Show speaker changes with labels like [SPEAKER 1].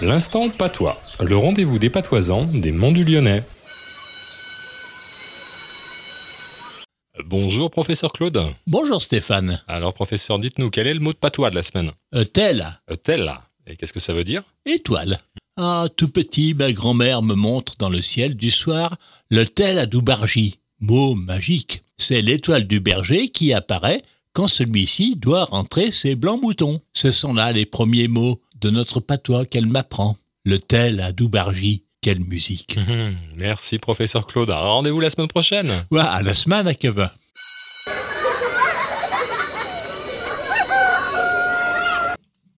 [SPEAKER 1] L'instant patois, le rendez-vous des patoisans des Monts du Lyonnais. Bonjour professeur Claude.
[SPEAKER 2] Bonjour Stéphane.
[SPEAKER 1] Alors professeur, dites-nous quel est le mot de patois de la semaine Euh,
[SPEAKER 2] Hôtel,
[SPEAKER 1] Tel. Et qu'est-ce que ça veut dire
[SPEAKER 2] étoile. Ah, tout petit, ma grand-mère me montre dans le ciel du soir l'hôtel à Doubargy. Mot magique. C'est l'étoile du berger qui apparaît quand celui-ci doit rentrer ses blancs moutons. Ce sont là les premiers mots de notre patois qu'elle m'apprend. L'hôtel à Doubargy. Quelle musique.
[SPEAKER 1] Hum, Merci professeur Claude. Rendez-vous la semaine prochaine.
[SPEAKER 2] Ouais, à la semaine à Kevin.